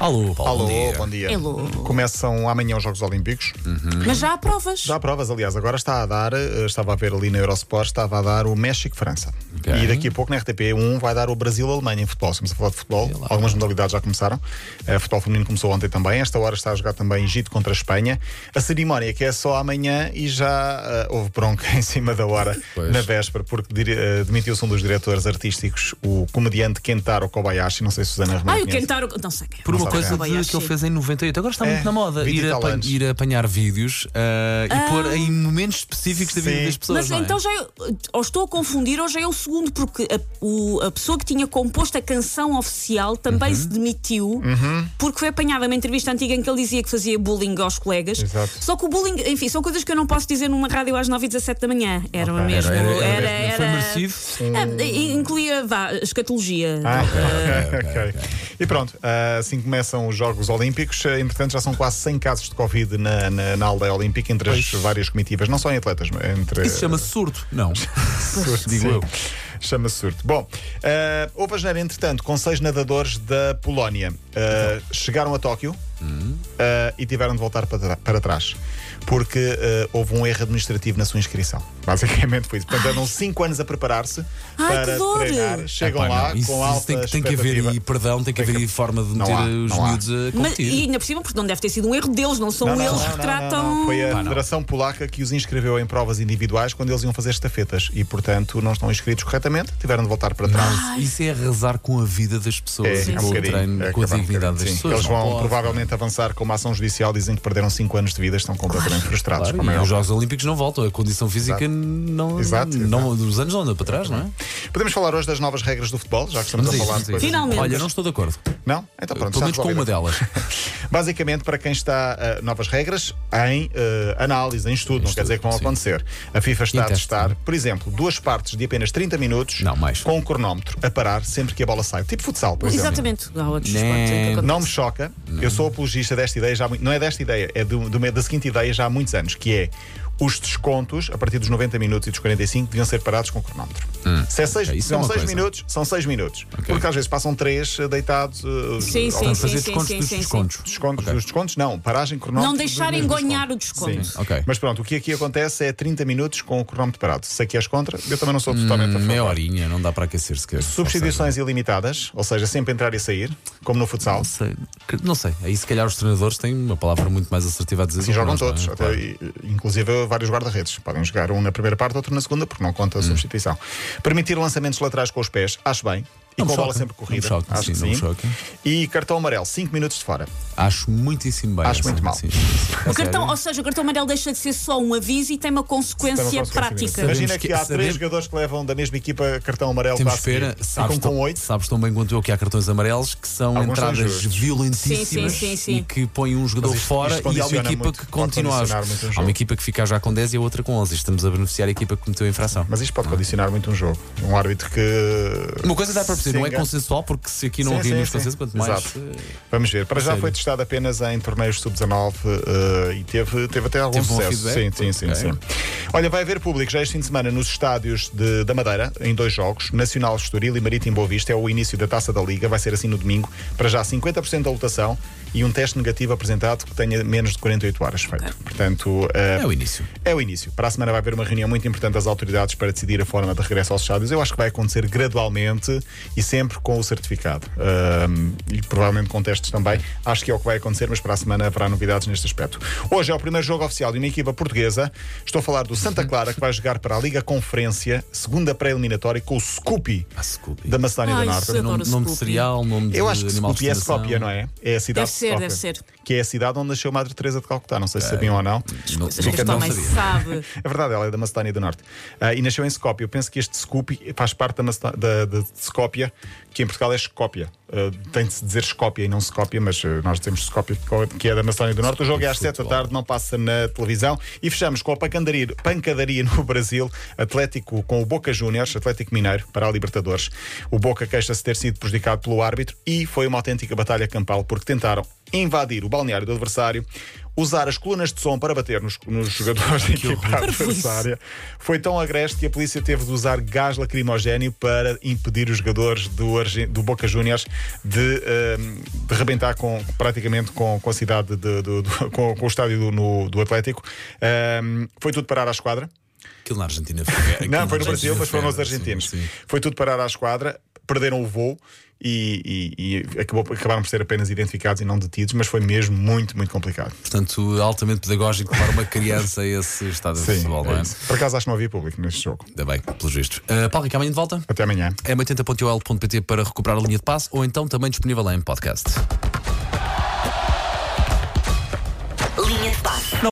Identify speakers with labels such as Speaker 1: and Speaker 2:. Speaker 1: Alô, Paulo. bom
Speaker 2: Alô,
Speaker 1: dia. Hum.
Speaker 2: bom dia.
Speaker 3: Alô.
Speaker 2: Começam amanhã os Jogos Olímpicos.
Speaker 3: Mas já há provas.
Speaker 2: Já há provas, aliás, agora está a dar, eh, estava a ver ali na Eurosport, estava a dar o México-França.
Speaker 1: Ok.
Speaker 2: E daqui a pouco na RTP1 vai dar o Brasil-Alemanha em futebol. Estamos a falar de futebol, algumas modalidades já começaram. Eh, futebol feminino começou ontem também. Esta hora está a jogar também Egito contra a Espanha. A cerimónia que é só amanhã e já eh, houve bronca em cima da hora,
Speaker 1: Pois.
Speaker 2: na véspera, porque dire- eh, demitiu-se um dos diretores artísticos, o comediante Kentaro Kobayashi. Não sei se Susana Romero
Speaker 3: Ai, o
Speaker 2: conhece.
Speaker 3: Kentaro. Não sei quem. é.
Speaker 1: Por uma
Speaker 2: Não sabe
Speaker 1: coisa
Speaker 3: quem é.
Speaker 1: de- que ele fez em 98, agora está
Speaker 2: É,
Speaker 1: muito na moda
Speaker 2: vinte e
Speaker 1: ir,
Speaker 2: tal
Speaker 1: apa-
Speaker 2: anos.
Speaker 1: ir apanhar vídeos ah, e pôr em momentos específicos da vida
Speaker 2: Sim.
Speaker 1: das pessoas.
Speaker 3: Mas
Speaker 1: não é?
Speaker 3: então já é, ou estou a confundir, ou já é o segundo, porque a, o- a pessoa que tinha composto a canção oficial também
Speaker 2: Uhum.
Speaker 3: se demitiu, porque foi apanhada numa entrevista antiga em que ele dizia que fazia bullying aos colegas.
Speaker 2: Exato.
Speaker 3: Só que o bullying, enfim, são coisas que eu não posso dizer numa rádio às 9 e 17 da manhã. Era
Speaker 2: Ok.
Speaker 3: mesmo.
Speaker 1: Era- era- era-
Speaker 3: era-
Speaker 1: foi merecido.
Speaker 3: Ah, incluía, vá, escatologia.
Speaker 2: Ah,
Speaker 1: ok,
Speaker 2: ok, ok. E pronto, ah, assim começam os Jogos Olímpicos. Ah, Entretanto, já são quase 100 casos de Covid na, na, na aldeia olímpica, entre as várias comitivas, não só em atletas, mas entre.
Speaker 1: Isso chama-se surto? Não. surto, digo
Speaker 2: Sim.
Speaker 1: eu.
Speaker 2: Chama-se surto. Bom, ah, houve a geneira, entretanto, com seis nadadores da Polónia. Ah, chegaram a Tóquio
Speaker 1: Hum.
Speaker 2: ah, e tiveram de voltar para, tra- para trás. Porque ah, houve um erro administrativo na sua inscrição. Basicamente foi isso. Portanto, andam 5 anos a preparar-se
Speaker 3: Ai, que
Speaker 2: para
Speaker 3: dor!
Speaker 2: treinar. Chegam
Speaker 1: Epá,
Speaker 2: lá
Speaker 1: não, isso,
Speaker 2: com
Speaker 1: isso
Speaker 2: alta
Speaker 1: tem, que- tem que haver
Speaker 2: expectativa.
Speaker 1: aí perdão, tem que haver aí forma de
Speaker 2: Não
Speaker 1: meter
Speaker 2: há,
Speaker 1: os
Speaker 2: não há.
Speaker 1: miúdos a
Speaker 3: Mas-
Speaker 1: competir.
Speaker 3: e ainda por cima, porque não deve ter sido um erro deles, não são
Speaker 2: Não, não,
Speaker 3: eles
Speaker 2: não,
Speaker 3: que
Speaker 2: não,
Speaker 3: tratam.
Speaker 2: não, não. Foi
Speaker 1: Pá,
Speaker 2: a
Speaker 1: Ah, não.
Speaker 2: Federação Polaca que os inscreveu em provas individuais quando eles iam fazer estafetas e, portanto, não estão inscritos corretamente, tiveram de voltar para trás.
Speaker 1: Isso é arrasar com a vida das
Speaker 2: É,
Speaker 1: pessoas e
Speaker 2: é um
Speaker 1: com o
Speaker 2: bocadinho,
Speaker 1: treino,
Speaker 2: é,
Speaker 1: com a
Speaker 2: acabar um
Speaker 1: dignidade
Speaker 2: bocadinho,
Speaker 1: das
Speaker 2: sim.
Speaker 1: pessoas.
Speaker 2: Eles
Speaker 1: não
Speaker 2: vão
Speaker 1: pode.
Speaker 2: provavelmente avançar com uma ação judicial, dizem que perderam 5 anos de vida, estão completamente frustrados.
Speaker 1: Claro,
Speaker 2: como é
Speaker 1: e os
Speaker 2: óbvio.
Speaker 1: Jogos Olímpicos não voltam, a condição física não,
Speaker 2: Exato,
Speaker 1: não. Os anos não andam para trás, não é?
Speaker 2: Podemos falar hoje das novas regras do futebol, já que estamos
Speaker 1: Vamos a
Speaker 2: a
Speaker 1: isso,
Speaker 2: falar
Speaker 1: vamos
Speaker 2: de
Speaker 1: a isso.
Speaker 2: coisas.
Speaker 3: Finalmente.
Speaker 1: Olha, não estou de acordo.
Speaker 2: Não? Então pronto,
Speaker 1: Pelo
Speaker 2: está
Speaker 1: menos com
Speaker 2: resolvida.
Speaker 1: uma delas.
Speaker 2: Basicamente, para quem está ah, novas regras em ah, análise, em estudo, não quer dizer que vão
Speaker 1: sim.
Speaker 2: acontecer. A FIFA
Speaker 1: E
Speaker 2: está a
Speaker 1: teste, né?
Speaker 2: testar, por exemplo, duas partes de apenas 30 minutos
Speaker 1: Não, mais.
Speaker 2: com o cronómetro a parar sempre que a bola sai. Tipo futsal,
Speaker 3: é.
Speaker 2: por exemplo.
Speaker 3: Exatamente. Há outros
Speaker 1: Né.
Speaker 3: esportes em que acontece.
Speaker 2: Não me choca, eu sou apologista desta ideia já há muito, Não é desta ideia, é do, do- da seguinte ideia já há muitos anos, que é os descontos, a partir dos 90 minutos e dos 45, deviam ser parados com o cronómetro. Se é seis,
Speaker 1: Ok, isso é
Speaker 2: são
Speaker 1: uma
Speaker 2: 6
Speaker 1: coisa.
Speaker 2: minutos, são 6 minutos. Porque às vezes passam 3 deitados. eh,
Speaker 3: Sim, sim,
Speaker 2: alguns
Speaker 3: sim.
Speaker 1: Fazer descontos dos
Speaker 3: sim, sim.
Speaker 1: descontos.
Speaker 2: Descontos,
Speaker 1: Ok.
Speaker 2: Os descontos não, paragem cronómetro.
Speaker 3: Não deixarem
Speaker 2: dos mesmos
Speaker 3: ganhar o
Speaker 2: descontos.
Speaker 3: desconto.
Speaker 2: Sim.
Speaker 1: Ok.
Speaker 2: Mas pronto, o que aqui acontece é 30 minutos com o cronómetro parado. Se aqui és contra, eu também não sou totalmente a favor.
Speaker 1: Meia horinha, não dá para aquecer sequer.
Speaker 2: Substituições ilimitadas, ou seja, sempre entrar e sair, como no futsal.
Speaker 1: Ou seja, Não sei, que- não sei. Aí se calhar os treinadores têm uma palavra muito mais assertiva a dizer.
Speaker 2: Sim,
Speaker 1: do que
Speaker 2: assim jogam
Speaker 1: nós, não é?
Speaker 2: todos, até,
Speaker 1: Claro.
Speaker 2: e- inclusive vários guarda-redes. Podem jogar um na primeira parte, outro na segunda, porque não
Speaker 1: Hum.
Speaker 2: conta a substituição. Permitir lançamentos laterais com os pés, acho bem. E
Speaker 1: Não
Speaker 2: com
Speaker 1: me
Speaker 2: a bola
Speaker 1: choca.
Speaker 2: sempre
Speaker 1: Não me
Speaker 2: corrida.
Speaker 1: choca,
Speaker 2: acho
Speaker 1: é um sim,
Speaker 2: que
Speaker 1: não me
Speaker 2: sim.
Speaker 1: choca.
Speaker 2: E cartão amarelo, 5 minutos de fora.
Speaker 1: Acho muitíssimo bem.
Speaker 2: Acho
Speaker 1: essa-
Speaker 2: muito mal.
Speaker 1: sim, sim, sim. A
Speaker 3: O cartão,
Speaker 1: sério?
Speaker 3: ou seja, o cartão amarelo deixa de ser só um aviso e tem uma consequência,
Speaker 2: Tem uma consequência
Speaker 3: prática.
Speaker 2: mesmo. Imagina
Speaker 1: Sabemos
Speaker 2: que,
Speaker 1: que-
Speaker 2: há
Speaker 1: sabemos-
Speaker 2: três jogadores que levam da mesma equipa cartão amarelo
Speaker 1: Temos
Speaker 2: para a seguir.
Speaker 1: pera, sabes,
Speaker 2: Ficam
Speaker 1: tão,
Speaker 2: com 8.
Speaker 1: sabes tão bem quanto eu que há cartões amarelos que são
Speaker 2: Alguns são
Speaker 1: entradas
Speaker 2: justos.
Speaker 1: violentíssimas
Speaker 3: Sim, sim, sim, sim.
Speaker 1: e que põem um jogador
Speaker 2: Mas isto-
Speaker 1: fora e
Speaker 2: isto
Speaker 1: há uma
Speaker 2: condiciona
Speaker 1: equipa
Speaker 2: muito,
Speaker 1: que
Speaker 2: pode
Speaker 1: continua. a-
Speaker 2: condicionar muito um
Speaker 1: Há uma
Speaker 2: jogo.
Speaker 1: equipa que fica já com 10 e a outra com 11. Estamos a beneficiar a equipa que cometeu a infração.
Speaker 2: Mas isto pode condicionar muito um jogo. Um árbitro que.
Speaker 1: Ah. Uma coisa dá para perceber,
Speaker 2: se
Speaker 1: não é
Speaker 2: engana.
Speaker 1: consensual, porque se aqui não
Speaker 2: Sim,
Speaker 1: rirmos
Speaker 2: sim,
Speaker 1: consenso,
Speaker 2: sim.
Speaker 1: quanto mais.
Speaker 2: Exato.
Speaker 1: eh,
Speaker 2: Vamos ver. Para já
Speaker 1: sério.
Speaker 2: foi testado apenas em torneios sub-19 eh, e teve, teve até algum
Speaker 1: Teve bom
Speaker 2: sucesso. Sim,
Speaker 1: feedback?
Speaker 2: sim, sim,
Speaker 1: Ok.
Speaker 2: sim. Olha, vai haver público já este fim de semana nos estádios de- da Madeira, em dois jogos, Nacional Estoril e Marítimo Boa Vista. É o início da taça da Liga, vai ser assim no domingo. Para já 50% da lotação e um teste negativo apresentado que tenha menos de 48 horas feito. Portanto, eh,
Speaker 1: É o início.
Speaker 2: é o início. Para a semana vai haver uma reunião muito importante das autoridades para decidir a forma de regresso aos estádios. Eu acho que vai acontecer gradualmente e sempre com o certificado. Ahm, e provavelmente com testes também. Acho que é o que vai acontecer, mas para a semana haverá novidades neste aspecto. Hoje é o primeiro jogo oficial de uma equipa portuguesa. Estou a falar do Santa Clara, que vai jogar para a Liga Conferência, segunda pré-eliminatória, com o Scoopy
Speaker 1: Ah, Scoopy.
Speaker 2: da Macedónia
Speaker 3: Ai,
Speaker 2: do Norte.
Speaker 3: eu adoro
Speaker 1: Nome, nome de
Speaker 3: Scoopy.
Speaker 1: cereal, nome de
Speaker 2: Eu acho que
Speaker 1: animal
Speaker 2: Scoopy é
Speaker 1: de estimação.
Speaker 2: Skopje, não é? É a cidade
Speaker 3: Deve ser,
Speaker 2: de
Speaker 3: deve
Speaker 2: Skopje,
Speaker 3: ser.
Speaker 2: Que é a cidade onde nasceu Madre Teresa de Calcutá. Não sei se sabiam ou não.
Speaker 1: Não-
Speaker 3: Coisas que
Speaker 1: nunca-
Speaker 3: este
Speaker 1: não
Speaker 3: homem
Speaker 1: sabia.
Speaker 3: sabe.
Speaker 2: É verdade, ela é da Macedónia do Norte. Ah, e nasceu em Skopje. Eu penso que este Scoopy faz parte da, Macedó- da, da- de Skopje, que em Portugal é Skopje. Ah, Tem de se dizer Skopje e não Skopje, mas ah, nós dizemos Skopje, que é da Macedónia do Norte. O jogo é às 7 da tarde, não passa na televisão. E fechamos com a pancadaria, pancadaria no Brasil, Atlético com o Boca Juniors, Atlético Mineiro, para a Libertadores. O Boca queixa-se de ter sido prejudicado pelo árbitro e foi uma autêntica batalha campal, porque tentaram invadir o balneário do adversário, usar as colunas de som para bater nos, nos jogadores da equipa adversária. Foi tão agreste que a polícia teve de usar gás lacrimogéneo para impedir os jogadores do, Argen- do Boca Juniors de, hum, de rebentar com, praticamente com, com a cidade, de- do- do- com, com o estádio do, no- do Atlético. Hum, foi tudo parar à esquadra.
Speaker 1: Aquilo na Argentina fica- aquilo
Speaker 2: Não,
Speaker 1: na
Speaker 2: foi no
Speaker 1: Argentina
Speaker 2: Brasil, mas foram os
Speaker 1: fica-
Speaker 2: argentinos.
Speaker 1: Sim, sim.
Speaker 2: Foi tudo parar à esquadra, perderam o voo e, e- e acabou- acabaram por ser apenas identificados e não detidos, mas foi mesmo muito, muito complicado.
Speaker 1: Portanto, altamente pedagógico levar uma criança a esse estado de futebol, não
Speaker 2: é
Speaker 1: é?
Speaker 2: isso. Por acaso acho que não havia público neste jogo.
Speaker 1: Ainda bem, pelos vistos. Uh, Paulo Rico, amanhã de volta?
Speaker 2: Até amanhã.
Speaker 1: m80.ol.pt para recuperar a linha de passe ou então também disponível lá em podcast.